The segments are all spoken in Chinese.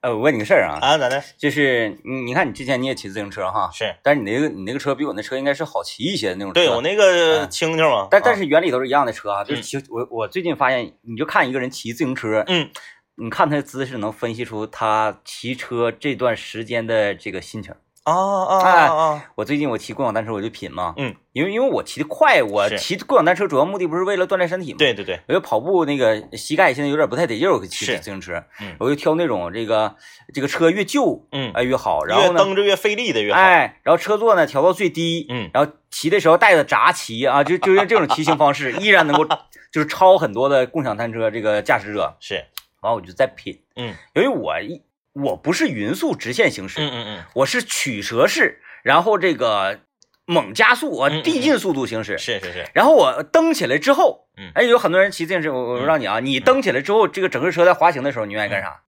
哎，我问你个事儿啊，啊，咋的？就是你你看你之前你也骑自行车哈，是，但是你那个你那个车比我那车应该是好骑一些的那种车。对我那个嗯轻轻嘛，但但啊是原理都是一样的车啊，就是嗯骑、我我最近发现，你就看一个人骑自行车，嗯，你看他的姿势能分析出他骑车这段时间的这个心情。啊啊哎啊啊，我最近我骑共享单车我就品嘛，嗯，因为因为我骑的快，我是骑共享单车主要目的不是为了锻炼身体嘛，，对对对，我就跑步那个膝盖现在有点不太得劲儿，我骑是自行车，嗯我就挑那种这个这个车越旧嗯，哎越好，然越后呢，蹬着越费力的越好，哎，然后车座呢调到最低，嗯然后骑的时候带着闸骑啊，就就用这种骑行方 式，依然能够就是超很多的共享单车这个驾驶者。是，完，我就在品，嗯由于我一我不是匀速直线行驶，嗯嗯嗯，我是曲折式，然后这个猛加速啊嗯嗯嗯，递进速度行驶。是是是，然后我蹬起来之后，嗯哎，有很多人骑自行车，我我嗯让你啊，你蹬起来之后，这个整个车在滑行的时候，你愿意干啥？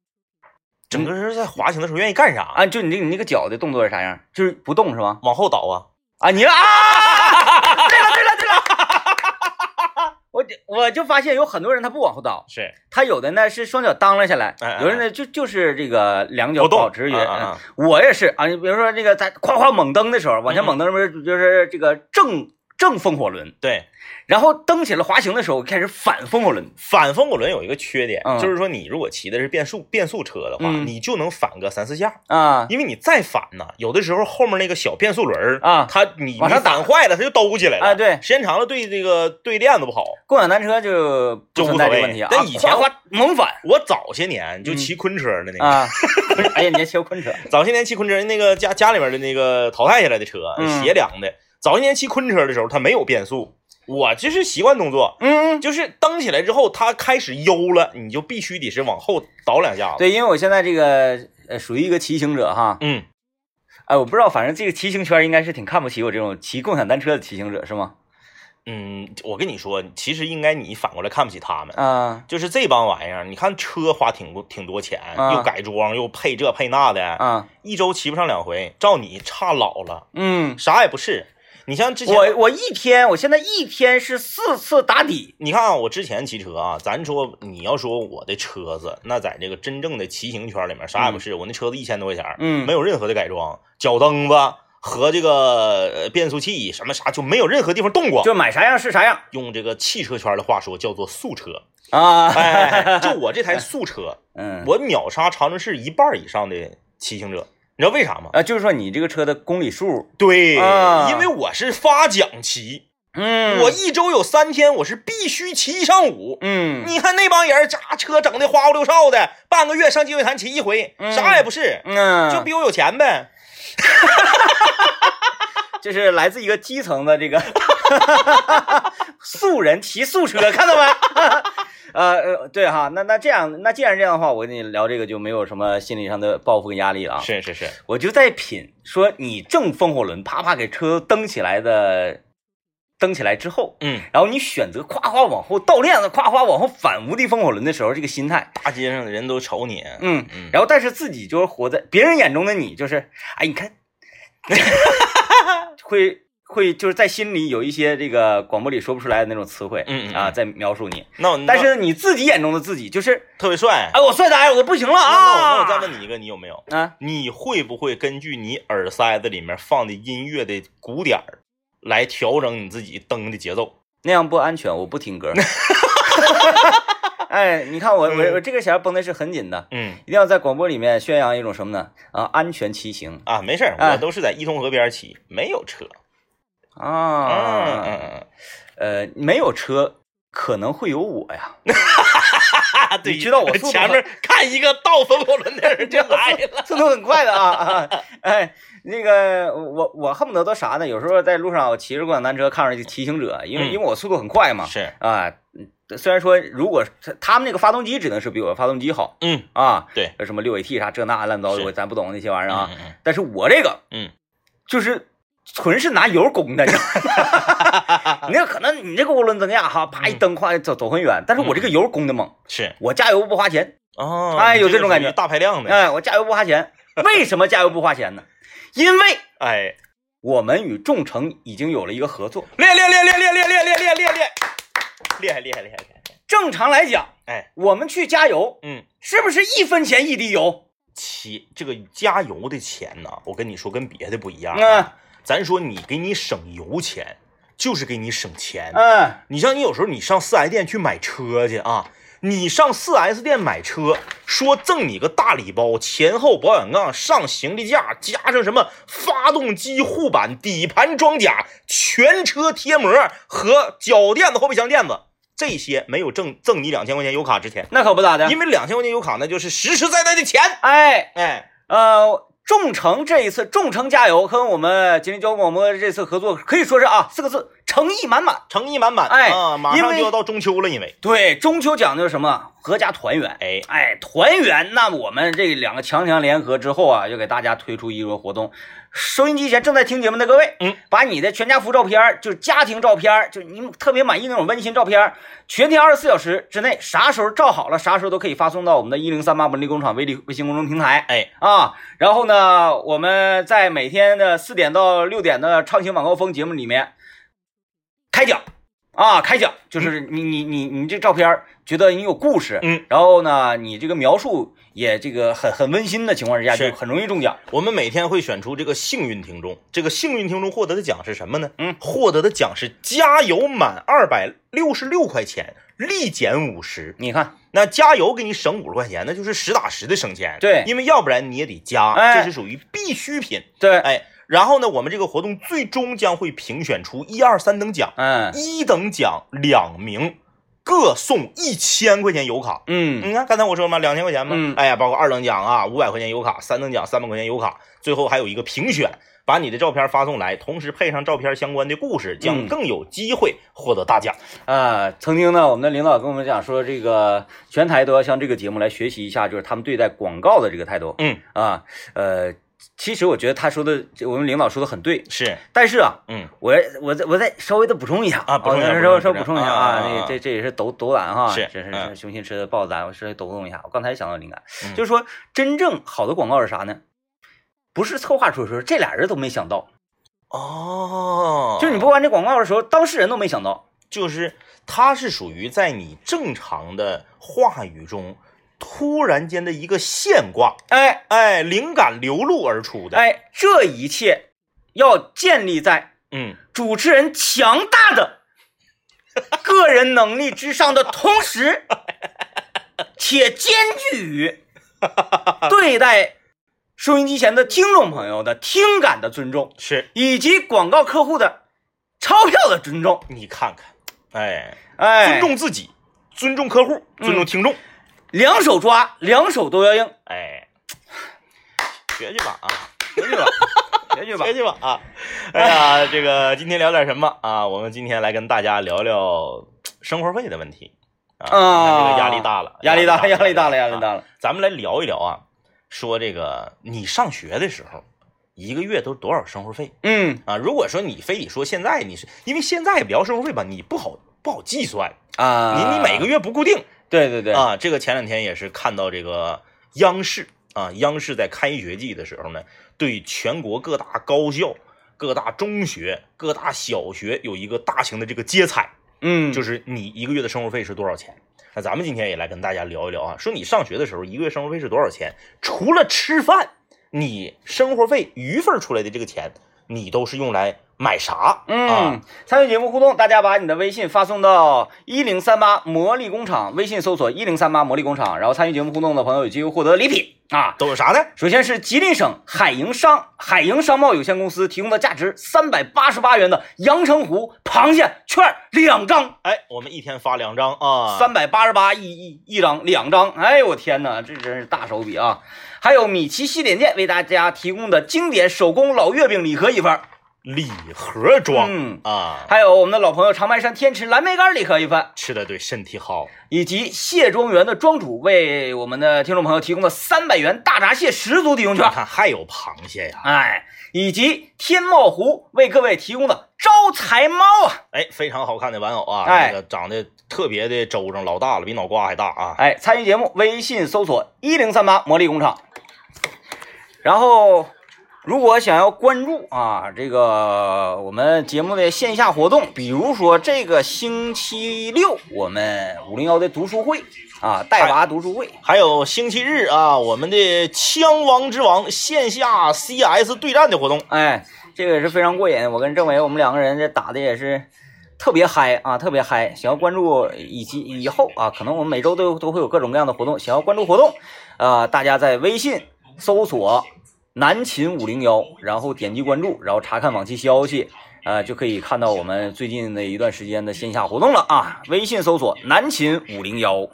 整个人在滑行的时候愿意干啥？啊，就你这你那个脚的动作是啥样？就是不动是吗？哎往后倒啊，啊，你啊， 对了对了对了， 我就我就发现有很多人他不往后倒，是他有的呢是双脚当了下来哎哎，有人呢就就是这个两脚不动保持原。啊啊啊我也是啊，你比如说这个咱夸夸猛蹬的时候，往前猛蹬，不是就是这个正正风火轮，对，然后蹬起来滑行的时候开始反风火轮，反风火轮有一个缺点嗯，就是说你如果骑的是变速变速车的话，嗯你就能反个三四下，啊因为你再反呢，有的时候后面那个小变速轮儿啊它你往上你反坏了，它就兜起来了啊对时间长了对这个对链子不好。共享单车就不就无存在所这谓问题啊，但以前夸夸猛反我早些年就骑昆车的那个，啊， 不是哎呀，你还学昆车早些年骑昆车那个家家里面的那个淘汰下来的车，嗯斜梁的。早些年骑昆车的时候，它没有变速，我就是习惯动作，嗯。就是蹬起来之后，它开始悠了，你就必须得是往后倒两下子。对，因为我现在这个呃属于一个骑行者哈，嗯，哎，我不知道，反正这个骑行圈应该是挺看不起我这种骑共享单车的骑行者，是吗？嗯，我跟你说，其实应该你反过来看不起他们，啊就是这帮玩意儿。你看车花挺多挺多钱，啊又改装又配这配那的，啊，一周骑不上两回，照你差老了，嗯，啥也不是。你像之前我我一天，我现在一天是四次打底，你看啊，我之前骑车啊，咱说你要说我的车子，那在这个真正的骑行圈里面啥也不是，我那车子一千多块钱，嗯没有任何的改装，脚蹬子和这个呃变速器什么啥就没有任何地方动过。就买啥样是啥样用这个汽车圈的话说，叫做 速车。啊，哎哎，哎就我这台速车，嗯，我秒杀长春市一半以上的骑行者，你知道为啥吗？啊，就是说你这个车的公里数，对，啊因为我是发奖骑，嗯我一周有三天我是必须骑一上午。嗯你看那帮人，家车整的花呼溜哨的，半个月上积水潭骑一回，嗯啥也不是，嗯，就比我有钱呗。就是来自一个基层的这个 素人骑素车，看到没？ 呃呃，对哈，那那这样，那既然这样的话，我跟你聊这个就没有什么心理上的报复跟压力了啊。是是是，我就在品说你正风火轮啪啪给车蹬起来的，蹬起来之后，嗯，然后你选择夸夸往后倒链子，夸夸往后反无敌风火轮的时候，这个心态，大街上的人都瞅你，嗯，嗯然后但是自己就是活在别人眼中的你，就是哎，你看， 会会就是在心里有一些这个广播里说不出来的那种词汇，嗯嗯嗯啊，在描述你，那我但是你自己眼中的自己就是，特别帅。哎，我帅呆了，我不行了那那我那啊！我再问你一个，你有没有？你啊，你会不会根据你耳塞子里面放的音乐的鼓点儿来调整你自己蹬的节奏？那样不安全，我不 听歌。哎，你看我我我这个弦绷的是很紧的，嗯一定要在广播里面宣扬一种什么呢？啊，安全骑行啊，没事儿，哎我都是在伊通河边儿骑，没有车。嗯嗯嗯啊，嗯呃，没有车可能会有我呀。啊，对，你知道我速度前面看一个倒风火轮的人就来了。速度很快的啊啊！哎，那个我我恨不得都啥呢？有时候在路上我骑着共享单车看着骑行者，因为嗯因为我速度很快嘛是，啊。虽然说如果他他们那个发动机只能是比我发动机好嗯啊，对，什么六 AT 啥这那乱糟的，是我咱不懂那些玩意儿啊。嗯嗯嗯但是我这个，嗯，就是纯是拿油拱的，你知道 吗你那可能你这个涡轮增压哈，啪一嗯蹬，快走走很远，但是我这个油拱的猛，是我加油不花钱，哦，哎你有这这种个感属于觉大排量的，哎，我加油不花钱，为什么加油不花钱呢？因为哎，我们与众诚已经有了一个合作，练练练练练练练练练练练，厉害厉害厉害厉害，正常来讲，哎，我们去加油嗯，是不是一分钱一滴油？钱这个加油的钱呐，我跟你说跟别的不一样啊、嗯咱说你给你省油钱，就是给你省钱。嗯，你像你有时候你上四 S 店去买车去啊，你上四 S 店买车，说赠你个大礼包，前后保险杠、上行李架，加上什么发动机护板、底盘装甲、全车贴膜和脚垫子、后备箱垫子，这些没有赠赠你两千块钱油卡之前，那可不咋的。因为两千块钱油卡那就是实实在在的钱。哎，哎，呃，众诚这一次，众诚加油，和我们吉林交通广播这次合作，可以说是啊四个字，诚意满满。诚意满满。哎啊，马因上为就要到中秋了，因为对，中秋讲究什么？阖家团圆。哎，哎，团圆，那我们这两个强强联合之后啊，就给大家推出一轮活动。收音机前正在听节目的各位，嗯，把你的全家福照片儿，就是家庭照片儿，就是你特别满意那种温馨照片儿，全天二十四小时之内，啥时候照好了，啥时候都可以发送到我们的“一零三八文力工厂”微力微信公众平台。哎啊，然后呢，我们在每天的四点到六点的《畅行晚高峰》节目里面开奖啊，开奖就是你你你你这照片儿觉得你有故事，嗯，然后呢，你这个描述也这个很很温馨的情况之下，是就很容易中奖。我们每天会选出这个幸运听众，这个幸运听众获得的奖是什么呢？嗯，获得的奖是加油满二百六十六块钱，立减五十。你看，那加油给你省五十块钱，那就是实打实的省钱。对因为要不然你也得加，哎这是属于必需品。对，哎，然后呢，我们这个活动最终将会评选出一二三等奖，嗯一等奖两名，各送一千块钱油卡。嗯，你看刚才我说嘛，两千块钱嘛，嗯哎呀，包括二等奖啊，五百块钱油卡，三等奖三百块钱油卡，最后还有一个评选，把你的照片发送来，同时配上照片相关的故事，嗯将更有机会获得大奖。啊，曾经呢，我们的领导跟我们讲说，这个全台都要向这个节目来学习一下，就是他们对待广告的这个态度。嗯，啊，呃，其实我觉得他说的，我们领导说的很对，是，但是啊，嗯，我我再我再稍微的补充一下啊补充一下我再补稍充一下稍补充一下啊啊啊那个这这也是斗斗胆哈，是这是嗯雄心吃的豹子胆，啊我稍微抖动一下。我刚才想到灵感，嗯就是说真正好的广告是啥呢？不是策划出的时候，这俩人都没想到，哦就是你播完这广告的时候，当事人都没想到。就是它是属于在你正常的话语中突然间的一个现挂，哎哎，灵感流露而出的。哎，这一切要建立在嗯，主持人强大 的个人能力之上的同 时，且兼具于对待收音机前的听众朋友的听感的尊重，是以及广告客户的钞票的尊重。你看看，哎，哎，嗯尊重自己，尊重客户，尊重听众。两手抓，两手都要硬。哎，学去吧啊，学 去吧，学去吧学去吧啊！哎呀，这个今天聊点什么啊？我们今天来跟大家聊聊生活费的问题啊，啊这个压力大了，压力大，压力大了，压压力大了。啊了。咱们来聊一聊啊，说这个你上学的时候，一个月都多少生活费嗯啊？如果说你非得说现在你是因为现在聊生活费吧，你不好不好计算，啊，你你每个月不固定，对对对啊，这个前两天也是看到这个央视啊，央视在开学季的时候呢，对全国各大高校、各大中学、各大小学有一个大型的这个接彩，嗯就是是你一个月的生活费是多少钱？那咱们今天也来跟大家聊一聊啊，说你上学的时候一个月生活费是多少钱？除了吃饭，你生活费余份儿出来的这个钱，你都是用来买啥？嗯啊，，参与节目互动，大家把你的微信发送到一零三八魔力工厂，微信搜索一零三八魔力工厂，然后参与节目互动的朋友有机会获得礼品啊。都有啥呢？首先是吉林省海盈商海盈商贸有限公司提供的价值三百八十八元的阳澄湖螃蟹券儿两张，哎，我们一天发两张啊，三百八十八一一一张两张，哎呦我天哪，这真是大手笔啊！还有米奇西点店为大家提供的经典手工老月饼礼盒一份儿，礼盒装、嗯啊。还有我们的老朋友长白山天池蓝莓干礼盒一份。吃的对身体好。以及蟹庄园的庄主为我们的听众朋友提供了三百元大闸蟹十足抵用你券，看还有螃蟹呀，哎，以及天茂湖为各位提供的招财猫啊，哎，非常好看的玩偶啊，哎那个长得特别的周正，老大了，比脑瓜还大啊。哎，参与节目微信搜索一零三八魔力工厂，然后如果想要关注啊，这个我们节目的线下活动，比如说这个星期六我们五零幺的读书会啊，带娃读书会，还有星期日啊，我们的枪王之王线下 CS 对战的活动，哎，这个也是非常过瘾。我跟政委我们两个人这打的也是特别嗨啊，特别嗨。想要关注以及以后啊，可能我们每周都都会有各种各样的活动。想要关注活动，啊，大家在微信搜索“南秦五零幺”，然后点击关注，然后查看往期消息。呃，就可以看到我们最近的一段时间的线下活动了啊！微信搜索“南秦五零幺”，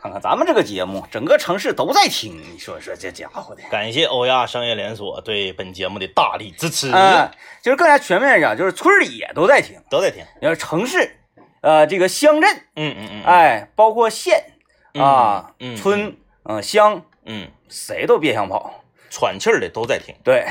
看看咱们这个节目，整个城市都在听，你说说这家伙的。感谢欧亚商业连锁对本节目的大力支持，嗯，就是更加全面一点，就是村儿里也都在听，都在听，你说城市，呃，这个乡镇，嗯嗯嗯，，哎，包括县啊、嗯嗯村，嗯、乡，嗯，谁都别想跑。喘气儿的都在听， 对，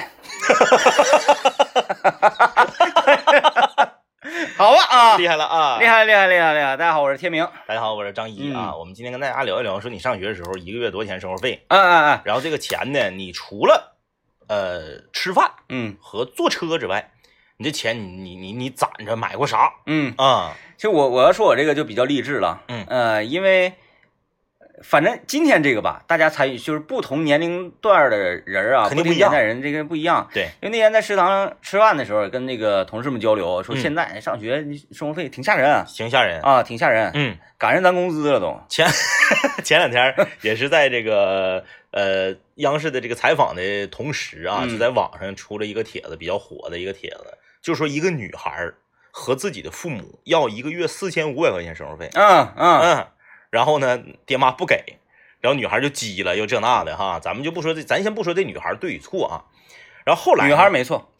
好吧啊，厉害了啊，厉害厉害厉害厉害！大家好，我是天明。大家好，我是张一啊。嗯我们今天跟大家聊一聊，说你上学的时候一个月多少钱生活费？嗯嗯嗯然后这个钱呢，你除了呃吃饭嗯和坐车之外，你这钱你你你你攒着买过啥嗯，啊？其实我我要说我这个就比较励志了。嗯呃，因为反正今天这个吧，大家参与就是不同年龄段的人啊，肯定不同不一年样代人这个不一样。对，因为那天在食堂吃饭的时候，跟那个同事们交流，说嗯现在上学生活费挺吓人啊，行吓人。啊挺吓人，嗯，赶上咱工资了都。前 前两天儿也是在这个呃央视的这个采访的同时啊，嗯就在网上出了一个帖子，比较火的一个帖子，就说一个女孩儿和自己的父母要一个月四千五百块钱生活费。嗯嗯嗯， 然后呢，爹妈不给，然后女孩就急了，又这那的哈。咱们就不说这，咱先不说这女孩对与错啊。然后后来呢女孩，没 错，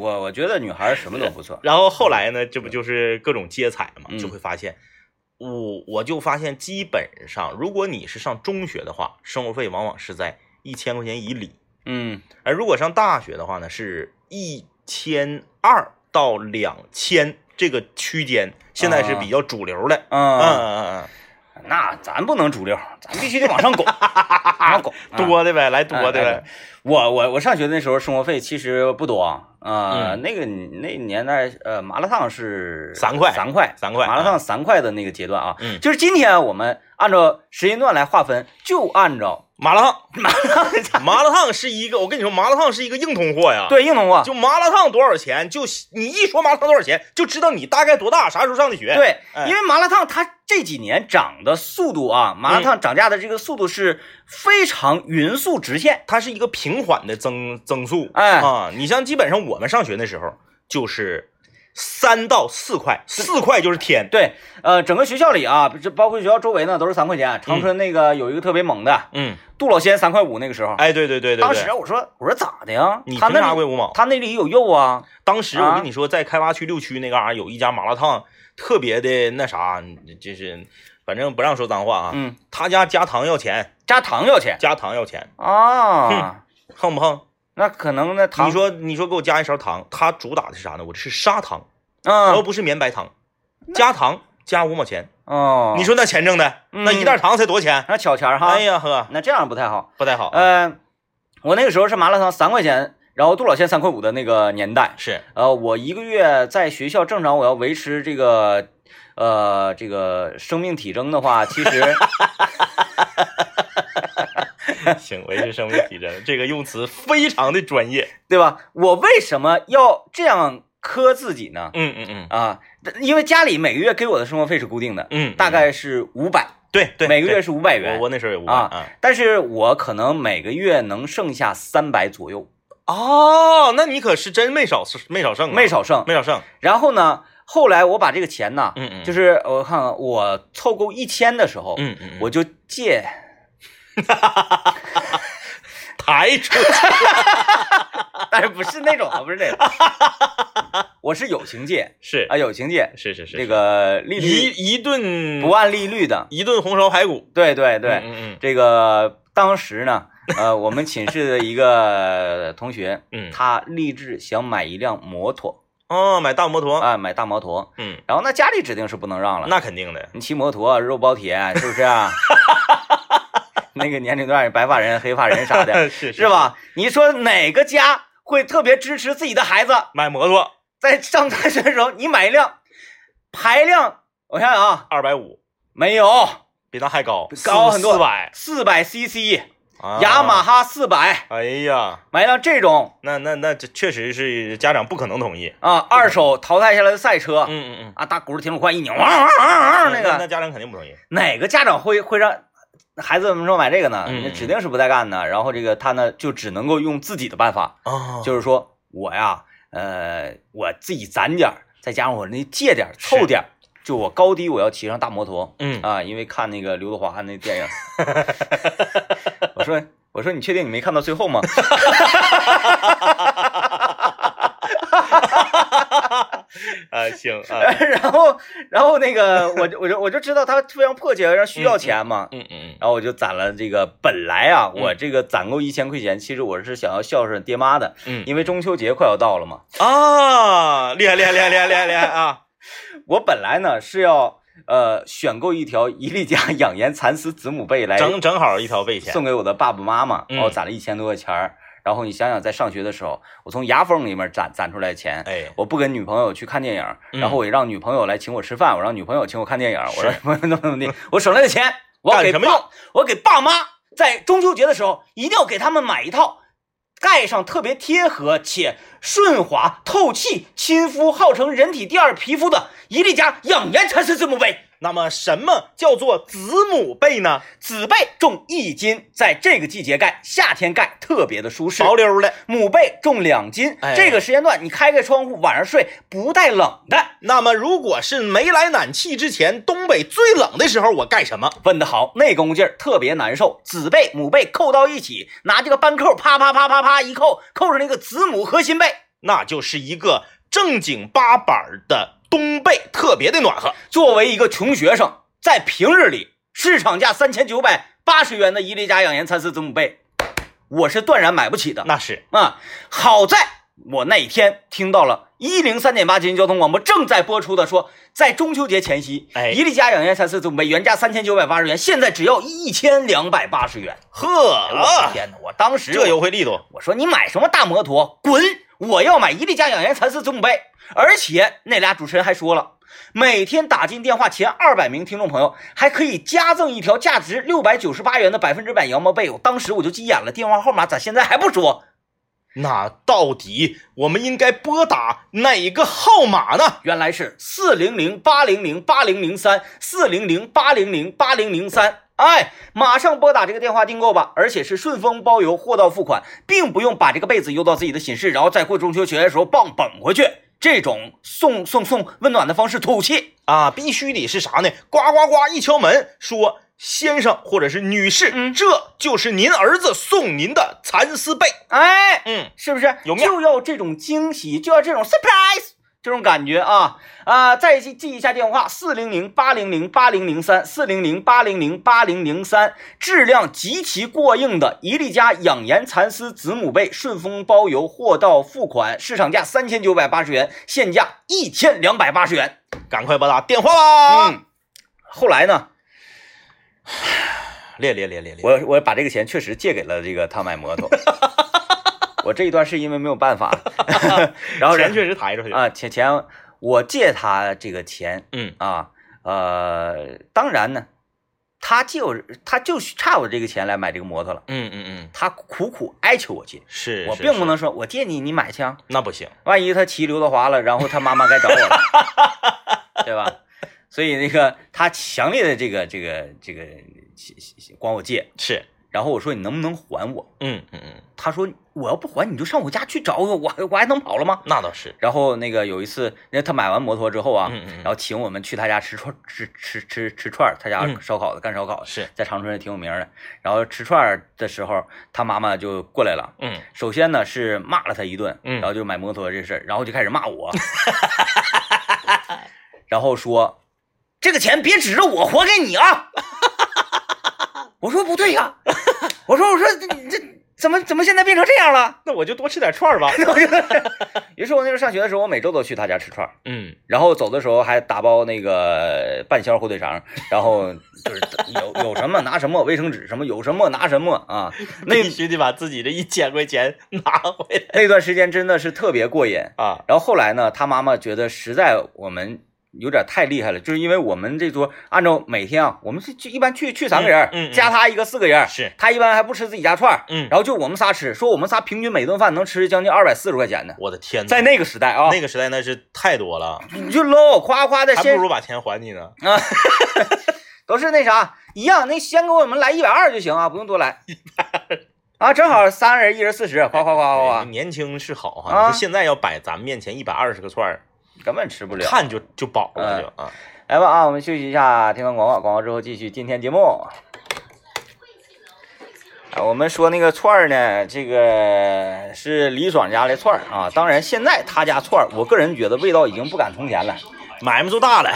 我我觉得女孩什么都 不错。然后后来呢，这不就是各种接彩嘛，嗯就会发现，我我就发现，基本上如果你是上中学的话，生活费往往是在一千块钱以里，嗯而如果上大学的话呢，是一千二到两千这个区间，现在啊是比较主流的。嗯嗯，嗯嗯那咱不能主流，咱必须得往上 拱，往上拱。嗯，多的呗，来多的对呗。我我我上学那时候生活费其实不多啊，呃，嗯那个那年代呃麻辣烫是三块三块三块麻辣烫三块的那个阶段啊，啊嗯就是今天我们按照时间段来划分，就按照麻辣烫，麻辣烫，麻辣烫是一个，我跟你说，麻辣烫是一个硬通货呀。，对硬通货，啊就麻辣烫多少钱，就你一说麻辣烫多少钱，就知道你大概多大，啥时候上的学。，对，哎因为麻辣烫它这几年涨的速度啊，麻辣嗯烫涨价的这个速度是非常匀速直线，它是一个平缓的增增速。哎啊，你像基本上我们上学那时候就是三到四块，四块就是天。对，呃，整个学校里啊，这包括学校周围呢都是三块钱，长春那个有一个特别猛的，嗯，杜老仙三块五那个时候，哎，对对对对对。当时我说我说咋的呀？你他凭那啥里贵五毛？他那里有肉啊，当时我啊跟你说，在开发区六区那嘎、达有一家麻辣烫，特别的那啥，就是反正不让说脏话啊。嗯，他家加糖要钱，加糖要钱加糖要钱，啊，横不横？那可能那糖你说你说给我加一勺糖，它主打的是啥呢？我这是砂糖，然后嗯不是绵白糖，加糖加五毛钱。哦，你说那钱挣的，嗯那一袋糖才多少钱？那巧钱儿哈哎，呀呵，那这样不太好。不太好。呃，我那个时候是麻辣烫三块钱，然后杜老仙三块五的那个年代。是，呃，我一个月在学校正常我要维持这个，呃，这个生命体征的话，其 实行，维持生命体征这个用词非常的专业。对吧？我为什么要这样苛自己呢？嗯嗯嗯啊，因为家里每个月给我的生活费是固定的，嗯，大概是五百，对对，每个月对是五百元。我我那时候也五百啊啊。但是我可能每个月能剩下三百左右，哦，那你可是真没少没少剩啊，没少剩。没少剩。然后呢，后来我把这个钱呢，嗯嗯，就是是呃我看看我凑够一千的时候，嗯嗯，嗯我就借，抬 出去。但是不是 那种啊，不是那种，我是友情借是啊，友情借，是是是，这个利一率一顿不按利率的，一顿红烧排骨。对对对，嗯嗯这个当时呢，呃，我们寝室的一个同学，嗯嗯，他立志想买一辆摩托哦，买大摩托。啊，买大摩托。嗯，然后那家里指定是不能让了，那肯定的。 你骑摩托肉包铁是不是啊？那个年龄段，白发人、黑发人啥的，是 是？吧？你说哪个家会特别支持自己的孩子买摩托在上大学的时候，你买一辆排量，我想想啊，二百五，没有比那还高，高很多四百。四百 CC，啊雅马。哈四百，哎呀，买一辆这种那那那这确实是家长不可能同意。啊二手淘汰下来的赛车，嗯嗯啊大啊轱辘挺快，一扭，汪汪汪汪嗯，那那个家长肯定不同意。哪个家长会会让孩子们说买这个呢？嗯那指定是不带干的。然后这个他呢，就只能够用自己的办法，啊哦就是说我呀，呃，我自己攒点儿，再加上我那借点儿是凑点儿，就我高低我要骑上大摩托嗯，啊，因为看那个刘德华那 电影，我说我说你确定你没看到最后吗？ 啊行 啊，然后然后那个我就我就我就知道他非常迫切，然后需要钱嘛。嗯嗯然后我就攒了这个，本来啊，嗯我这个攒够一千块钱，其实我是想要孝顺爹妈的，嗯因为中秋节快要到了嘛。啊，厉害厉害厉害厉害厉害厉害啊！我本来呢是要呃选购一条 伊利家养颜蚕丝子母被来整正好一条背钱。哎送给我的爸爸妈妈，嗯然后攒了一千多块钱儿。然后你想想，在上学的时候，我从牙缝里面攒攒出来的钱，哎，我不跟女朋友去看电影，嗯然后我也让女朋友来请我吃饭，我让女朋友请我看电影，我是让怎么怎么的，我省来的钱，我干给什么爸，我给爸妈在中秋节的时候一定要给他们买一套。盖上特别贴合且顺滑透气、亲肤号称人体第二皮肤的伊利家养颜蚕丝字母杯，那么什么叫做子母被呢？子被重一斤，在这个季节盖，夏天盖特别的舒适。薄溜的。母被重两斤，哎这个时间段你开开窗户，晚上睡不带冷的。那么如果是没来暖气之前，东北最冷的时候，我盖什么？问得好，那功劲儿特别难受，子被母被扣到一起，拿这个扳扣啪啪啪啪啪一扣，扣上那个子母核心被。那就是一个正经八板儿的冬被，特别的暖和。作为一个穷学生，在平日里市场价三千九百八十元的伊利家养颜蚕丝子母被，我是断然买不起的。那是啊，好在我那一天听到了一零三点八吉林交通广播正在播出的说，在中秋节前夕，哎伊利家养颜蚕丝准备原价三千九百八十元，现在只要一千两百八十元。呵啊哎，我的天哪！我当时这我优惠力度。我说你买什么大摩托，滚！我要买伊利家养颜蚕丝祖母杯。而且那俩主持人还说了，每天打进电话前二百名听众朋友还可以加赠一条价值六百九十八元的百分之百羊毛被。我当时我就急眼了，电话号码咋现在还不说？那到底我们应该拨打哪个号码呢？原来是四零零八零零八零零三四零零八零零八零零三。哎，马上拨打这个电话订购吧，而且是顺丰包邮，货到付款，并不用把这个被子邮到自己的寝室，然后再过中秋节的时候棒捧回去。这种送送送温暖的方式土气。啊，必须得是啥呢？呱呱呱一敲门，说先生或者是女士，嗯这就是您儿子送您的蚕丝被。哎，嗯，是不是？有面就要这种惊喜，就要这种 surprise。这种感觉啊啊、再记记一下电话：四零零八零零八零零三，四零零八零零八零零三。质量极其过硬的宜丽家养颜蚕丝子母被，顺丰包邮，货到付款，市场价三千九百八十元，现价一千两百八十元。赶快拨打电话吧。嗯，后来呢，列列列列列，我我把这个钱确实借给了这个他买摩 托。我这一段是因为没有办法， 然后人钱确实抬出去了。啊，钱钱，我借他这个钱嗯，啊，呃，当然呢，他借我，他就差我这个钱来买这个摩托了。嗯嗯嗯，他苦苦哀求我借，是我是并不是能说我借你，你买去啊。那不行。万一他骑刘德华了，然后他妈妈该找我了， 对吧？所以那个他强烈的这个这个这个管我借，是，然后我说你能不能还我？嗯嗯嗯，他说我要不还你就上我家去找我，我还我还能跑了吗？那倒是。然后那个有一次，那他买完摩托之后啊，嗯嗯嗯然后请我们去他家吃串吃吃吃吃串儿，他家嗯烧烤的、干烧烤的，是，在长春也挺有名的。然后吃串儿的时候，他妈妈就过来了。嗯，首先呢是骂了他一顿，嗯然后就买摩托这事儿，然后就开始骂我， 然后说这个钱别指着我还 给你啊！我说不对呀、我说我说这这怎么怎么现在变成这样了？ 那我就多吃点串儿吧。于是我那时候上学的时候，我每周都去他家吃串儿， 嗯，然后走的时候还打包那个半箱火腿肠，然后就是有有什么拿什么，卫生纸什么有什么拿什么啊。那必须得把自己这一千块钱 拿回来那段时间真的是特别过瘾。啊。然后后来呢，他妈妈觉得实在我们有点太厉害了，就是因为我们这桌按照每天啊，我们是去一般去去三个人，嗯嗯嗯加他一个四个人，是他一般还不吃自己家串儿，嗯然后就我们仨吃，说我们仨平均每顿饭能吃将近二百四十块钱呢，我的天哪，在那个时代啊，那个时代那是太多了，你就搂夸夸的还不先如把钱还你呢。都是那啥一样，那先给我们来一百二就行啊，不用多来，啊，正好三人一人四十，夸夸夸夸哎夸，年轻是好哈，啊你说现在要摆咱们面前一百二十个串儿，根本吃不了。看就就饱了就啊。来吧啊，我们休息一下，听完广告，广告之后继续今天节目。啊，我们说那个串儿呢，这个是李爽家的串儿啊。当然，现在他家串儿，我个人觉得味道已经不敢从前了。买卖做大了，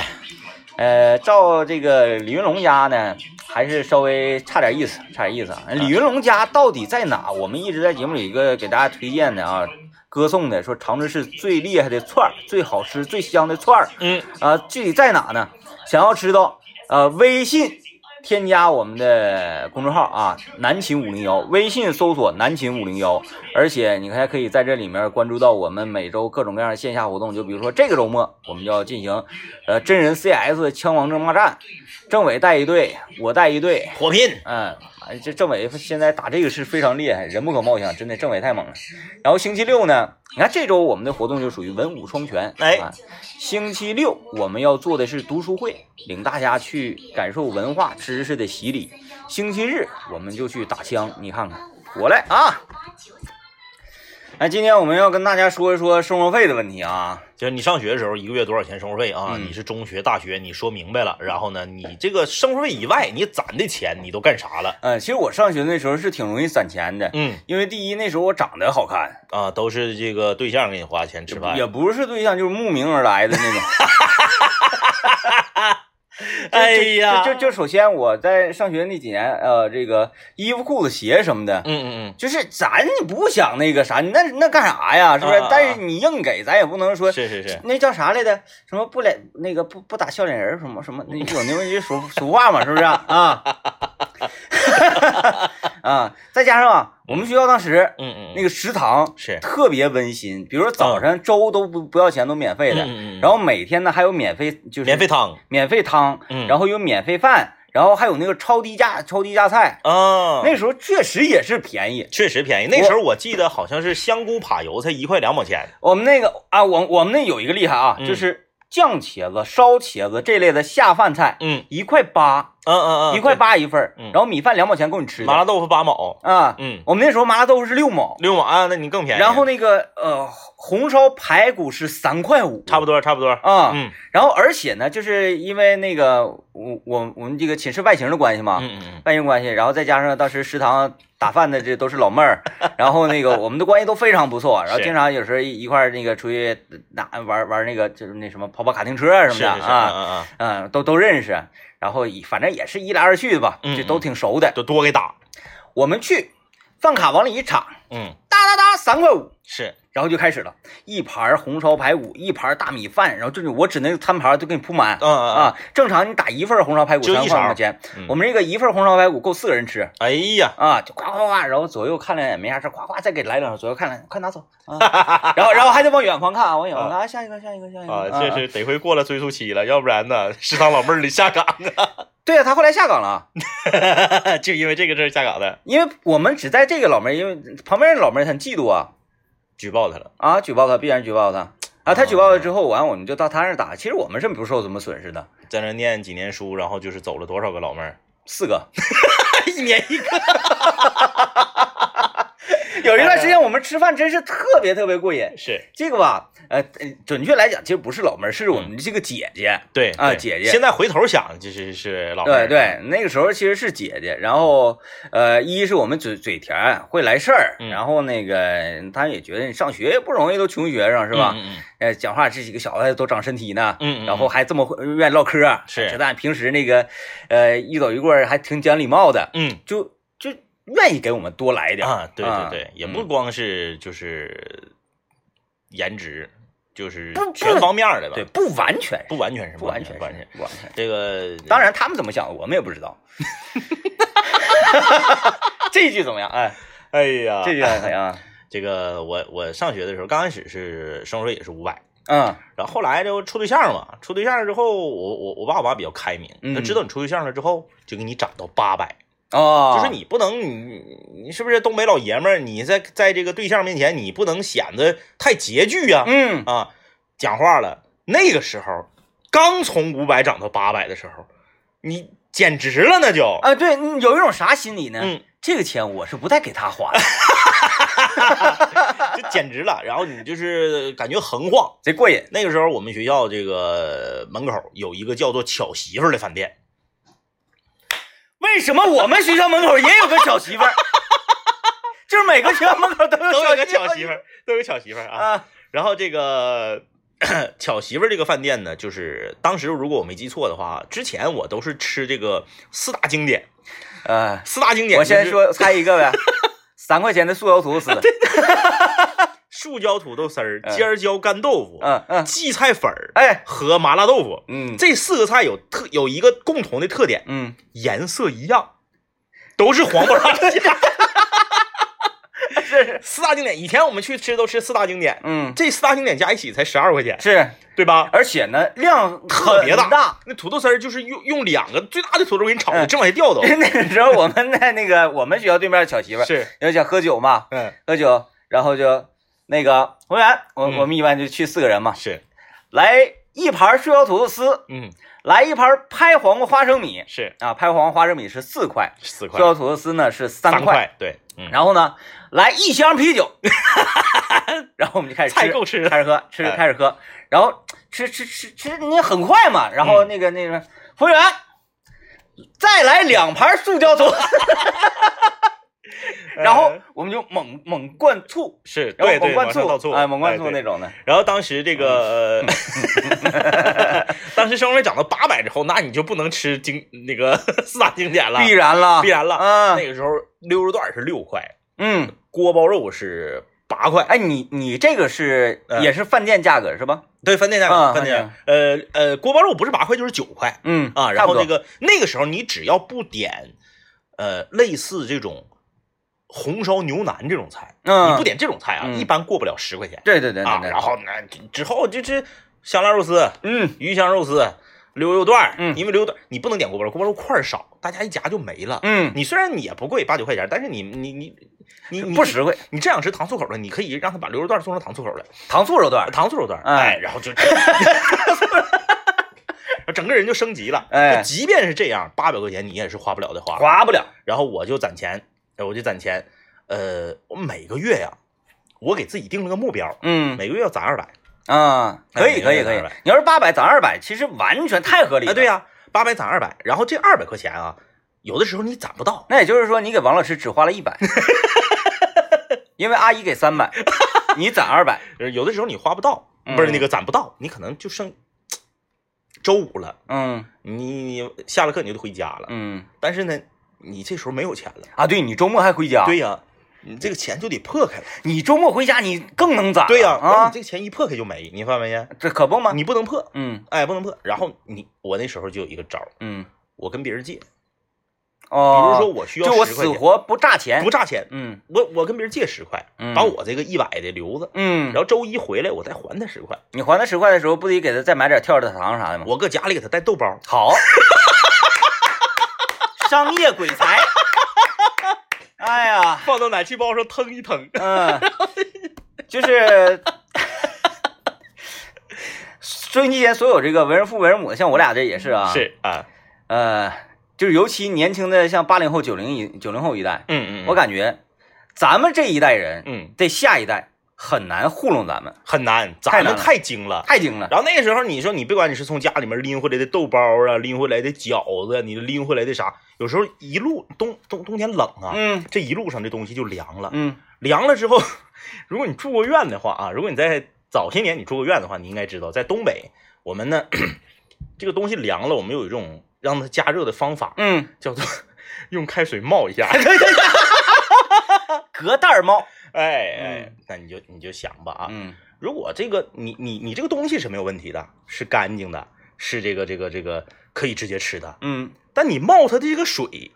呃，照这个李云龙家呢，还是稍微差点意思，差点意思啊。李云龙家到底在哪？我们一直在节目里一个给大家推荐的啊，歌颂的，说长春市最厉害的串儿，最好吃、最香的串儿。嗯，啊，具体在哪呢？想要知道，呃，微信添加我们的公众号啊，南秦五零幺，微信搜索南秦五零幺，而且你还可以在这里面关注到我们每周各种各样的线下活动，就比如说这个周末我们就要进行，呃，真人 CS 枪王争霸战，政委带一队，我带一队。 火拼嗯，哎，这政委现在打这个是非常厉害，人不可貌相，真的政委太猛了。然后星期六呢，你看这周我们的活动就属于文武双全，哎啊星期六我们要做的是读书会，领大家去感受文化知识的洗礼。星期日我们就去打枪，你看看，我来啊！哎，今天我们要跟大家说一说生活费的问题啊。就是你上学的时候一个月多少钱生活费啊？嗯你是中学、大学，你说明白了，然后呢，你这个生活费以外，你攒的钱你都干啥了？呃，其实我上学那时候是挺容易攒钱的，嗯因为第一那时候我长得好看，啊，都是这个对象给你花钱吃饭也，不是对象，就是慕名而来的那种。 哎就就就首先我在上学那几年，呃，这个衣服、裤子、鞋什么的，嗯嗯就是咱不想那个啥，那那干啥呀？是不是？啊啊啊但是你硬给，咱也不能说嗯，是是是，那叫啥来着？什么不脸那个不不打笑脸人儿什么什么？那有那么一句 俗俗话嘛，是不是啊？啊， 啊再加上啊，我们学校当时嗯嗯，那个个食堂是嗯特别温馨，比如说早上粥都不不要钱，都免费的。嗯嗯嗯然后每天呢还有免费，就是免费汤免费汤，嗯然后有免费饭，然后还有那个超低价超低价菜，啊，那时候确实也是便宜。确实便宜。那时候我记得好像是香菇扒油才一块两毛钱，我们那个啊，我我们那有一个厉害啊，嗯就是酱茄子、烧茄子这类的下饭菜，嗯一块八，嗯嗯嗯，一块八一份儿，嗯然后米饭两毛钱够你吃的麻辣豆腐八毛，啊。嗯，我们那时候麻辣豆腐是六毛，六毛啊，那你更便宜。然后那个呃红烧排骨是三块五，差不多多差不多，啊。嗯然后而且呢，就是因为那个我我我们这个寝室外形的关系嘛，嗯嗯嗯，外形关系，然后再加上当时食堂打饭的这都是老妹 儿，然后那个我们的关系都非常不错，然后是经常有时候一一块儿那个出去拿玩玩那个就是那什么跑跑卡丁车啊什是么是的是，啊，嗯嗯，嗯，都都认识，然后以反正也是一来二去的吧，嗯就都挺熟的。就多给打，我们去饭卡往里一插，嗯哒哒哒三块五。是，然后就开始了，一盘红烧排骨，一盘大米饭，然后就是我指那个餐盘都给你铺满嗯嗯嗯，啊。正常你打一份红烧排骨就三一块勺五钱，嗯我们这个一份红烧排骨够四个人吃，哎呀，啊，就夸夸夸，然后左右看了眼没啥事儿，夸夸再给来两勺，左右看了，快拿走啊，然后然后还得往远方看啊，往远方看，啊，下一个，下一个，下一个啊，这是得亏过了追溯期了，要不然呢，食堂老妹儿得下岗 对啊，他后来下岗了，啊，就因为这个事儿下岗的，因为我们只在这个老妹儿，因为旁边的老妹儿很嫉妒啊举报他了，啊，举报他必然举报他啊，他举报了之后，完我们就到他那儿打，其实我们是不受什么损失的，在那念几年书，然后就是走了多少个老妹儿，四个， 一年一个，有一段时间我们吃饭真是特别特别过瘾。是这个吧，呃，呃准确来讲，其实不是老妹儿，是我们这个姐姐。对啊对姐姐现在回头想，就是是老妹对儿，对，那个时候其实是姐姐，然后呃，一是我们嘴嘴甜，会来事儿，嗯然后那个他也觉得你上学也不容易，都穷学生是吧？嗯呃，讲话这几个小子都长身体呢，嗯嗯然后还这么会愿意唠嗑儿，是觉得俺平时那个呃一走一过儿还挺讲礼貌的，嗯，就就愿意给我们多来一点啊，对对啊对，也不嗯光是就是颜值，就是不不全方面儿的吧，对，，不完全是不完全是不完全是全不完全。不完全是。这个当然，他们怎么想的，我们也不知 道。 这一句怎么样？哎，哎呀，这句怎么样？这个我我上学的时候，刚开始是生活费也是五百，嗯然后后来就处对象嘛，处对象之后，我我我爸我妈比较开明，嗯他知道你处对象了之后，就给你涨到八百，哦，就是你不能你你是不是东北老爷们儿？你在在这个对象面前，你不能显得太拮据呀、啊，嗯讲话了。那个时候刚从五百涨到八百的时候，你简直了，那就啊，对，嗯有一种啥心理呢？嗯，这个钱我是不带给他花的，就简直了。然后你就是感觉横晃，贼过瘾。那个时候我们学校这个门口有一个叫做“巧媳妇儿”的饭店， 为什么我们学校门口也有个小媳妇儿？ 就是每个学校门口都都有有个巧媳妇妇儿，都有巧媳妇儿啊。啊。然后这个 巧媳妇儿这个饭店呢，就是当时如果我没记错的话，之前我都是吃这个四大经典，呃，四大经典、我先说猜一 个呗，三块钱的素油吐司，树椒土豆丝儿、嗯尖椒干豆腐、嗯嗯，荠菜粉儿哎，和麻辣豆腐。嗯这四个菜有特有一个共同的特点，嗯，颜色一样，都是黄不拉 几。是 四大经典，以前我们去吃都吃四大经典，嗯这四大经典加一起才十二块钱，是，对吧？而且呢量特别很大大。 那土豆丝儿就是用用两个最大的土豆给你炒的，嗯正往下掉都。那个时候我们在那个我们学校对面的小媳妇儿，是，要想喝酒嘛，嗯，喝酒，然后就那个服务员，我嗯我们一般就去四个人嘛，是，来一盘素油土司，嗯，来一盘拍黄瓜花生米是啊，拍黄瓜花生米是四块，四素块，油土司呢是三三块，块，对，嗯，然后呢来一箱啤酒， 然后我们就开始吃菜够吃开始喝，吃哎开始喝，然后吃吃吃吃，你很快嘛，然嗯后那个那个服务员。再来两盘塑胶头，哎然后呃我们就猛猛灌醋，是，然后对猛对，灌往上醋，倒醋，哎，猛灌醋对那。种的，嗯然后当时这个，呃 当时生活费涨到八百之后，那你就不能吃经那个 四大经典了，必然了，必然了。嗯那个时候溜肉段是六块，嗯，锅包肉是八块，哎，你你这个是嗯也是饭店价格是吧？对，饭店价啊格，饭店价格呃呃，锅包肉不是八块就是九块嗯啊。然差后这不多个那个时候你只要不点，呃，类似这种红烧牛腩这种菜，嗯，你不点这种菜啊，嗯一般过不了十块钱对对对对啊。对，然后呢，之后就是香辣肉丝、嗯鱼香肉丝、溜肉段儿嗯因为溜肉段儿你不能点锅包肉，锅包肉块儿少，大家一夹就没了。嗯你虽然你也不贵，八九块钱，但是你你你你你不实惠，你这样吃糖醋口的，你可以让他把溜肉段儿做成糖醋口的。糖醋肉段儿，糖醋肉段儿，哎哎，然后就，整个人就升级了。哎就即便是这样，八百块钱你也是花不了的花。划不了，然后我就攒钱，我就攒钱，呃，我每个月呀，我给自己定了个目标，嗯每个月要攒二百。啊，可以哎可以可以200，你要是八百攒二百，其实完全太合理啊，了，对，呀，八百攒二百，然后这二百块钱啊，有的时候你攒不到，那也就是说你给王老师只花了一 百，因为阿姨给三百，你攒二百，呃有的时候你花不到，嗯不是那个攒不到，你可能就剩周五了，嗯你你下了课你就得回家了，嗯但是呢，你这时候没有钱了。啊，对你周末还回家，对呀、你这个钱就得破开了。你周末回家你更能攒了，对呀、然后啊你，这个钱一破开就没，你发现没呀？这可不嘛，你不能破，嗯哎，不能破。然后你，我那时候就有一个招儿，嗯我跟别人借，比哦，如说我需要就我十块死钱，活不榨钱不，差钱，嗯我我跟别人借十块，嗯把我这个一百的留着，嗯然，后周一回来我再还他十块，你还他十块的时候，不得给他再买点跳蚤糖啥的吗？我搁家里给他带豆包， 好，商业鬼才。哎呀， 放到奶气包上腾一腾。 嗯，就是收音机前所有这个为人父为人母的，像我俩这也是啊，是啊，呃，就是尤其年轻的，像八零后、九零一九零后一代，嗯嗯，我感觉咱们这一代人嗯这下一代很难糊弄咱们，很难，太难咱们了太精了。太精了。然后那个时候，你说你别管你是从家里面拎回来的豆包啊，拎回来的饺子，啊你拎回来的啥，有时候一路冬冬冬天冷啊，嗯这一路上这东西就凉了。嗯凉了之后， 如果你住过院的话啊，如果你在早些年你住过院的话，你应该知道，在东北我们 呢，这个东西凉了，我们有一种让它加热的方法，嗯，叫做 用开水冒一下。隔袋儿猫，哎哎，那你就你就想吧啊，嗯如果这个你你你这个东西是没有问题的，是干净的，是这个这个这个可以直接吃的，嗯但你冒它的这个水，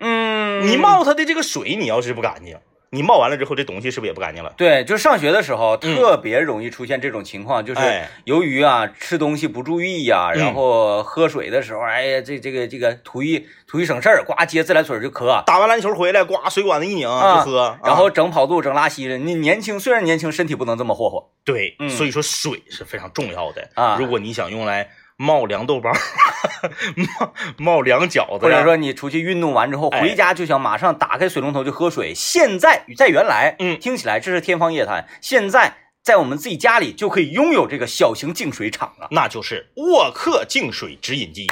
嗯，你冒它的这个水，你要是不干净，你冒完了之后，这东西是不是也不干净了？对，就上学的时候特别容易出现这种情况，就是哎由于啊吃东西不注意呀、嗯然后喝水的时候，哎呀这这个这个图一图一省事儿，呱接自来水就渴。打完篮球回来，呱水管子一拧啊就喝，然啊后整跑肚，整拉稀了。你年轻虽然年轻，身体不能这么霍霍。对嗯，所以说水是非常重要的啊如果你想用来冒凉豆包，冒冒凉饺子或呀，者说你出去运动完之后啊哎回家就想马上打开水龙头就喝水，现在与在原来，嗯听起来这是天方夜谭。现在在我们自己家里就可以拥有这个小型净水厂了。那就是沃克净水直饮机，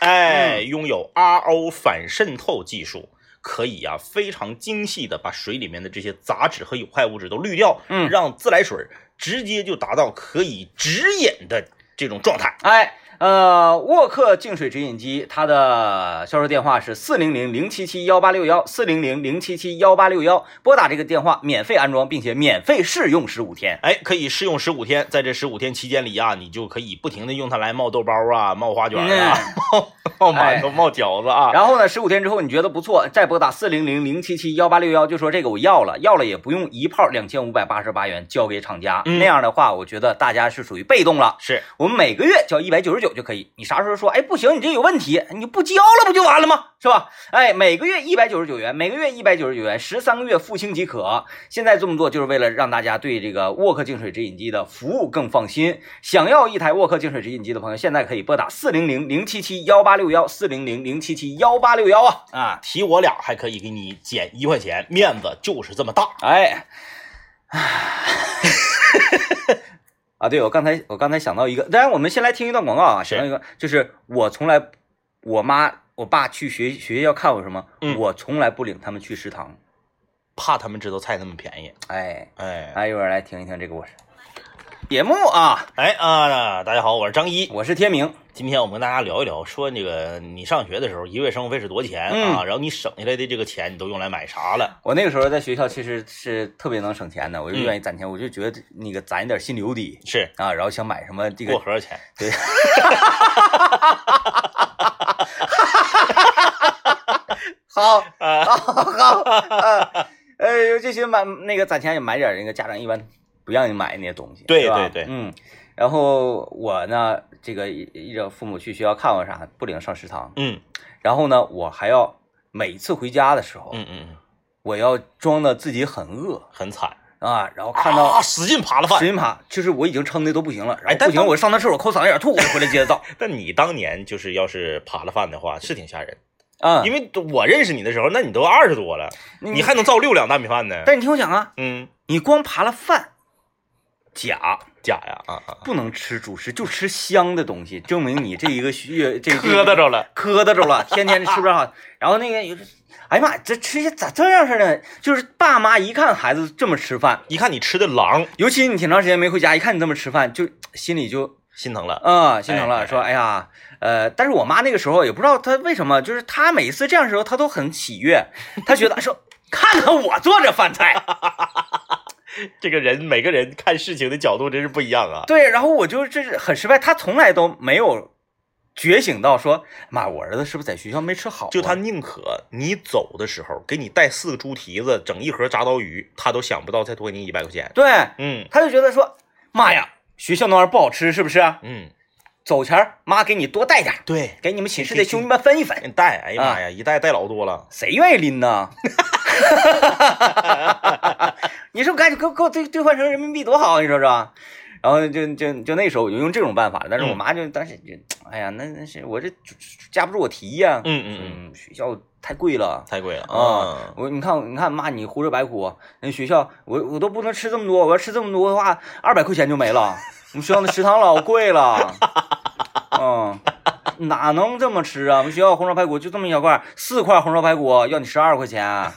哎，拥有 RO 反渗透技术，可以啊非常精细的把水里面的这些杂质和有害物质都滤掉，嗯让自来水直接就达到可以直饮的这种状态。哎，呃，沃克净水直饮机，它的销售电话是四零零零七七幺八六幺，四零零零七七幺八六幺，拨打这个电话免费安装，并且免费试用十五天。哎，可以试用十五天，在这十五天期间里啊，你就可以不停的用它来冒豆包啊、冒花卷啊、嗯 冒冒馒头、冒饺子啊。然后呢，十五天之后你觉得不错，再拨打四零零零七七幺八六幺，就说这个我要了，要了也不用一炮两千五百八十八元交给厂家，嗯那样的话，我觉得大家是属于被动了。是，我们每个月交一百九十九就可以。你啥时候说，哎，不行，你这有问题，你不交了不就完了吗？是吧？哎，每个月一百九十九元，每个月一百九十九元，十三个月付清即可。现在这么做就是为了让大家对这个沃克净水直饮机的服务更放心。想要一台沃克净水直饮机的朋友，现在可以拨打四零零零七七幺八六幺，四零零零七七幺八六幺啊啊！提我俩还可以给你减一块钱，面子就是这么大。哎， 啊，对，我刚才我刚才想到一个，当然我们先来听一段广告啊，是想到一个，就是我从来，我妈我爸去学学校看我什么，嗯我从来不领他们去食堂。怕他们知道菜那么便宜。哎，哎来一会儿来听一听这个我是节目啊，哎啊、大家好，我是张一。我是天明，今天我们跟大家聊一聊，说那个你上学的时候，一个月生活费是多少钱、嗯啊？然后你省下来的这个钱，你都用来买啥了？我那个时候在学校其实是特别能省钱的，我就愿意攒钱，我就觉得那个攒一点心留底是啊，然后想买什么这过个盒钱。对。好， 啊，好 好，呃，呃，有这些买那个攒钱也买点儿那个家长一般不让你买那些东西，对是吧对对嗯。然后我呢，这个一让父母去学校看我啥，不领上食堂。嗯然后呢，我还要每次回家的时候，嗯嗯，嗯，我要装的自己很饿很惨，啊，然后看到啊，使劲扒拉饭石。金爬，就是我已经撑的都不行了，然哎后但不行，当我上趟厕所抠嗓子眼儿吐，我就回来接着造。但你当年就是要是扒拉饭的话，是挺吓人。啊，因为我认识你的时候，那你都二十多了，你还能造六两大米饭呢？嗯但你听我讲啊，嗯，你光扒了饭，假假呀啊啊， 不能吃主食，就吃香的东西，证明你这一个月这磕的哒着了。磕的着了，天天吃不上好。 然后那个有，哎呀妈，这吃些咋这样似的？就是爸妈一看孩子这么吃饭，一看你吃的狼，尤其你挺长时间没回家，一看你这么吃饭，就心里就心疼了。啊、心疼哎了，哎说哎呀，呃，但是我妈那个时候也不知道她为什么，就是她每次这样的时候，她都很喜悦，她觉得说 看看我做这饭菜，这个人每个人看事情的角度真是不一样啊。对，然后我就这是很失败，她从来都没有觉醒到说妈，我儿子是不是在学校没吃好啊、就他宁可你走的时候给你带四个猪蹄子，整一盒炸刀鱼，他都想不到再多给你一百块钱。对，嗯她就觉得说妈呀，学校那玩意儿不好吃是不是啊？嗯，走前儿妈给你多带点儿，对，给你们寝室的兄弟们分一分，给你带，哎呀妈呀，一带带老多了。谁愿意拎呢？ 你说赶紧给我给我兑兑换成人民币多好啊，你说是吧？然后就就就那时候我就用这种办法，但是我嗯妈就当时就，哎呀，那那是我这架不住我提呀、嗯嗯嗯，嗯，学校太贵了太贵了啊！啊。我你看你看妈，你胡吃白哭，那学校我我都不能吃这么多，我要吃这么多的话，二百块钱就没了。我们学校的食堂老贵了，嗯，哪能这么吃啊？我们学校红烧排骨就这么一小块儿，四块红烧排骨要你十二块钱，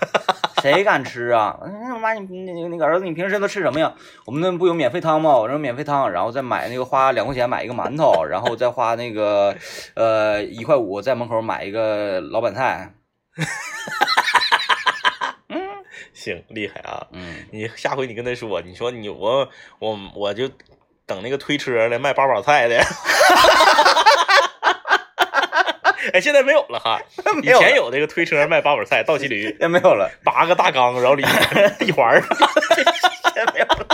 谁敢吃啊？嗯妈，你你那个儿子，你平时都吃什么呀？我们那不有免费汤吗？我说免费汤，然后再买那个花两块钱买一个馒头，然后再花那个呃一块五在门口买一个老板菜，嗯行，厉害啊！嗯，你下回你跟他说，你说你我我我就等那个推车的卖八宝菜的。 哎，现在没有了哈，以 没有前了有这个推车卖八宝菜，倒骑驴 也没有了，八个大缸，然后里 面一环儿。也没有了。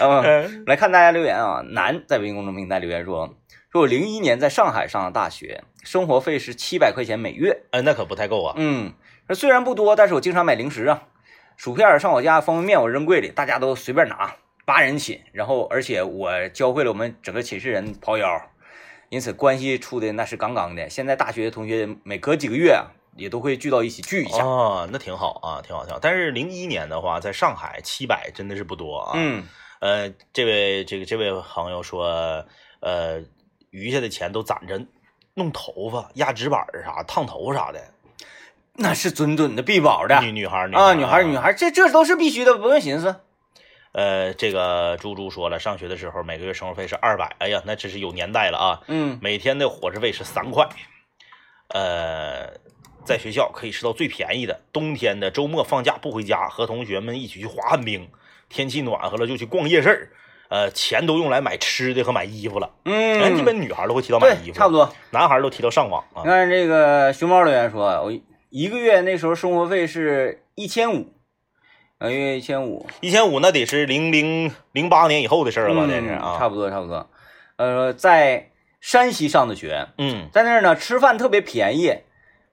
嗯，嗯来看大家留言啊，南在微信公众平台留言说，说我零一年在上海上的大学，生活费是七百块钱每月，哎，那可不太够啊。嗯，那虽然不多，但是我经常买零食啊，薯片儿上我家方便面我扔柜里，大家都随便拿，八人寝，然后而且我教会了我们整个寝室人刨腰，因此关系处的那是杠杠的。现在大学同学每隔几个月啊也都会聚到一起聚一下，哦，那挺好啊，挺好，挺好。但是零一年的话，在上海七百真的是不多啊。，嗯呃，这位这个这位朋友说，呃，余下的钱都攒着弄头发、压直板儿啥、烫头发啥的。那是准准的必保的女女孩儿啊，女孩儿女孩儿。孩儿，这这都是必须的，不用寻思。呃，这个猪猪说了，上学的时候每个月生活费是二百，哎呀，那真是有年代了啊。嗯每天的伙食费是三块，呃，在学校可以吃到最便宜的。冬天的周末放假不回家，和同学们一起去滑旱冰，天气暖和了就去逛夜市儿，呃，钱都用来买吃的和买衣服了。人基嗯，本女孩都会提到买衣对，服，啊差不多，多。嗯男孩都提到上网啊你。看这个熊猫留言说，我一个月那时候生活费是一千五，呃，一个月一千五，一千五那得是零零零八年以后的事儿了吧？这是嗯差啊，不多差不多。呃，在山西上的学，嗯在那儿呢吃饭特别便宜，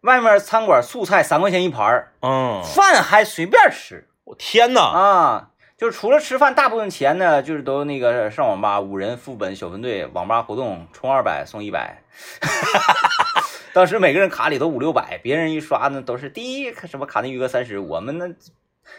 外面餐馆素菜三块钱一盘儿，嗯，饭还随便吃我天哪，啊。就是除了吃饭，大部分钱呢，就是都那个上网吧，五人副本小分队网吧活动，充二百送一百。 当时每个人卡里都五六百，别人一刷呢都是第一什么卡内余额三十，我们那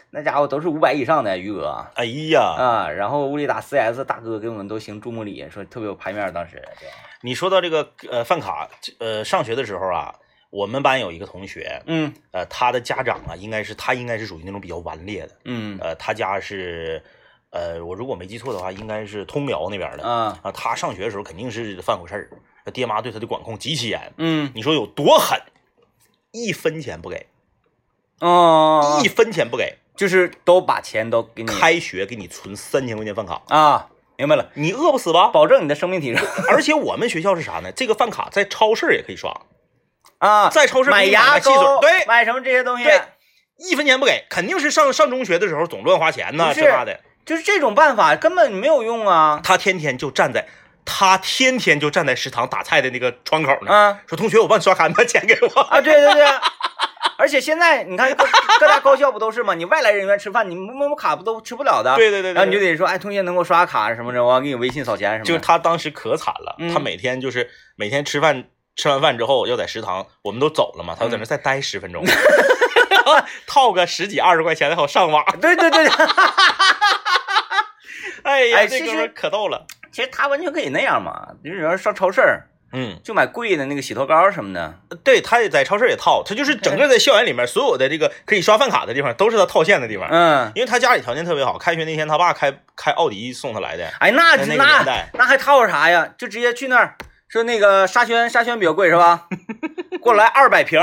那家伙都是五百以上的余额啊。哎呀，啊，然后屋里打 CS 大哥给我们都行注目礼，说特别有排面儿，当时对，你说到这个呃饭卡，这呃上学的时候啊，我们班有一个同学，嗯呃，他的家长啊，应该是他应该是属于那种比较顽劣的，嗯呃，他家是，呃，我如果没记错的话，应该是通辽那边的啊啊。他上学的时候肯定是犯过事儿，他爹妈对他的管控极其严，嗯你说有多狠？一分钱不给，哦，一分钱不给，就是都把钱都给你开学给你存三千块钱饭卡，啊，明白了，你饿不死 吧？保证你的生命体征而且我们学校是啥呢？这个饭卡在超市也可以刷，啊，在超市买给你买牙个汽水膏，对买什么这些东西，对一分钱不给，肯定是上上中学的时候总乱花钱呐，不是这那的。就是这种办法根本没有用啊他天天就站在，他天天就站在食堂打菜的那个窗口呢，啊说同学，我帮你刷卡，你把钱给 我。啊，对对对。而且现在你看各各大高校不都是吗？你外来人员吃饭，你摸摸卡不都吃不了的？对对对对然后你就得说，哎，同学能给我刷卡什么的，我给你微信扫钱什么的。就是他当时可惨了，嗯他每天就是每天吃饭，吃完饭之后要在食堂，我们都走了嘛，他要在嗯那再待十分 钟， 套个十几二十块钱的好上网。对对对对。哎呀，哎这其哥实们儿可逗了。其实他完全可以那样嘛，就是有人上超市儿嗯，就买贵的那个洗头膏什么的，对，他也在超市也套，他就是整个在校园里面所有的这个可以刷饭卡的地方，都是他套现的地方。嗯，因为他家里条件特别好，开学那天他爸开开奥迪送他来的，哎，那在那个年那代那还套啥呀？就直接去那儿说那个沙宣，沙宣比较贵是吧？给我来二百瓶，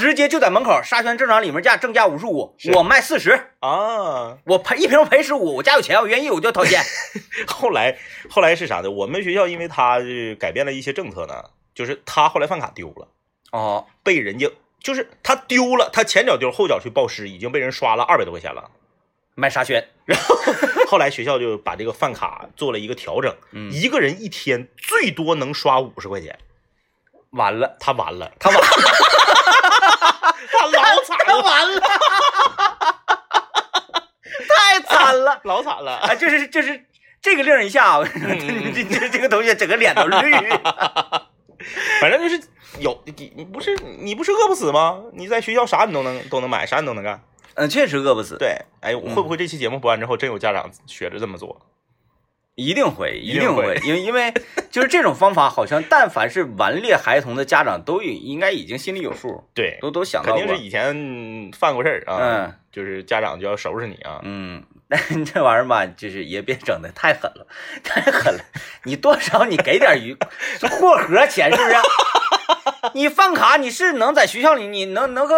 直接就在门口，沙宣正常里面价正价五十五，是我卖四十，啊，我赔一瓶我赔十五，我家有钱，我愿意我就掏 钱。后来后来是啥呢？我们学校因为他是改变了一些政策呢，就是他后来饭卡丢了，哦，被人家就是他丢了，他前脚丢后脚去报失，已经被人刷了二百多块钱了。卖沙宣，后来学校就把这个饭卡做了一个调整，嗯一个人一天最多能刷五十块钱，完了，他完了，他完 他老惨他了，完了， 太惨了。老惨了。 啊，就是就是这个令儿一下， 我嗯嗯这这这个同学整个脸都绿。 反正就是有你你不是你不是饿不死吗？你在学校啥你都能都能买，啥你都能干。 嗯，确实饿不死，对，哎，我会不会这期节目播完之后，真有家长学着这么做？一定会，一一定定会会，因为因为就是这种方法，好像但凡是顽劣孩童的家长都已应该已经心里有数，对，都都想肯到定过是。以前犯过事儿啊，嗯就是家长就要收拾你啊。嗯，但这玩意儿吧，就是也别整的太狠了，太狠了。你多少你给点鱼，这货盒钱是不是？ 你饭卡你是能在学校里，你能能够，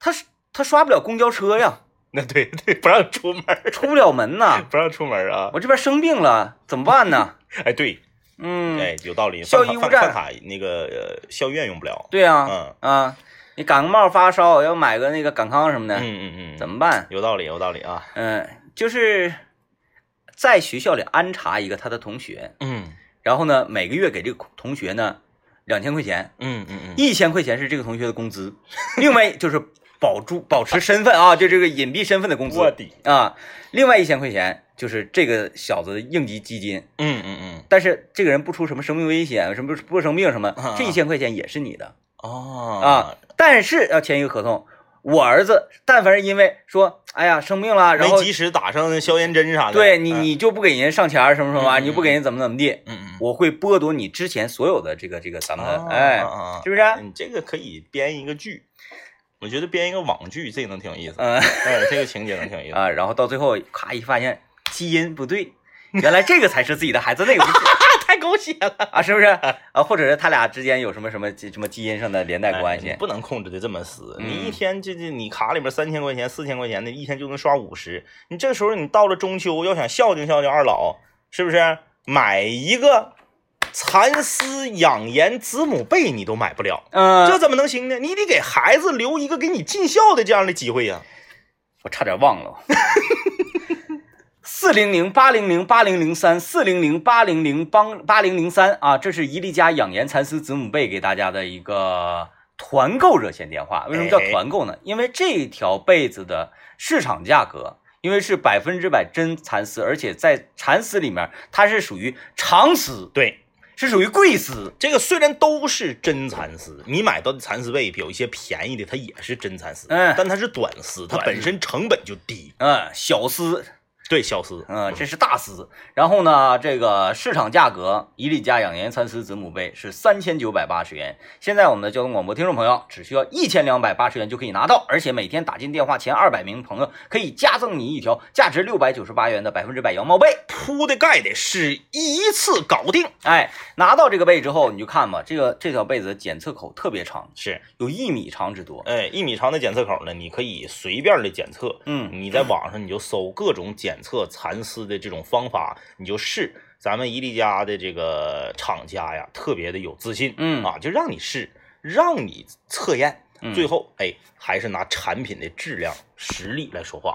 他是他刷不了公交车呀，那对对，不让出门儿，出不了门呐。不让出门儿啊！我这边生病了，怎么办呢？哎， 对，嗯，哎，有道理。校饭医卡无饭战饭卡那个呃校医院用不了。对呀、嗯啊，你感个冒发烧，要买个那个感康什么的，嗯嗯嗯，怎么么办？有道理？有道理啊！嗯、就是在学校里安插一个他的同学，嗯然后呢，每个月给这个同学呢两千块钱，嗯嗯嗯，一千块钱是这个同学的工 资，另外就是保住保持身份啊，就这个隐蔽身份的工资卧底。啊，另外一千块钱就是这个小子的应急基金。嗯嗯嗯，但是这个人不出什么生命危险，什么不生病什么啊，这一千块钱也是你的哦啊，。但是要签一个合同，我儿子但凡是因为说，哎呀生病了，然没后及时打上消炎针啥的。对你嗯你就不给人上钱儿什么什么玩意儿，嗯嗯你就不给人怎么怎么地，嗯嗯我会剥夺你之前所有的这个这个咱嗯，们的啊哎啊，啊是不是啊你这个可以编一个剧，我觉得编一个网剧，这个能挺有意思。嗯哎，这个情节能挺有意思。 啊，然后到最后咔一发现基因不对，原来这个才是自己的孩子，那个不是 太狗血了，啊，是不是啊？或者是他俩之间有什么什么什么基因上的连带关哎系你？不能控制的这么死。嗯你一天这这，你卡里边三千块钱、四千块钱的，一天就能刷五十。你这时候你到了中秋，要想孝敬孝敬二老，是不是？买一个蚕丝养颜子母被你都买不了，嗯，这怎么能行呢？你得给孩子留一个给你尽孝的这样的机会呀、我差点忘了。 四零零八零零八零零三，四零零八零零帮八零零三啊，这是伊利家养颜蚕丝子母被给大家的一个团购热线电话。为什么叫团购呢？因为这条被子的市场价格，因为是百分之百真蚕丝，而且在蚕丝里面它是属于长丝，对，是属于贵丝。这个虽然都是真蚕丝，你买到的蚕丝被有一些便宜的，它也是真蚕丝，嗯但它是短丝，哎它短本身成本就低。嗯，小丝，对，小丝，嗯，这是大丝。然后呢，这个市场价格，伊利家养颜蚕丝子母被是三千九百八十元。现在我们的交通广播听众朋友只需要一千两百八十元就可以拿到，而且每天打进电话前二百名朋友可以加赠你一条价值六百九十八元的百分之百羊毛被。铺的盖的是一次搞定。哎，拿到这个被之后，你就看吧，这个这条被子的检测口特别长，是，有一米长之多。哎，一米长的检测口呢，你可以随便的检测。嗯，你在网上你就搜各种检测蚕丝的这种方法，你就试。咱们伊利家的这个厂家呀，特别的有自信，嗯啊，就让你试，让你测验嗯，最后哎，还是拿产品的质量、实力来说话。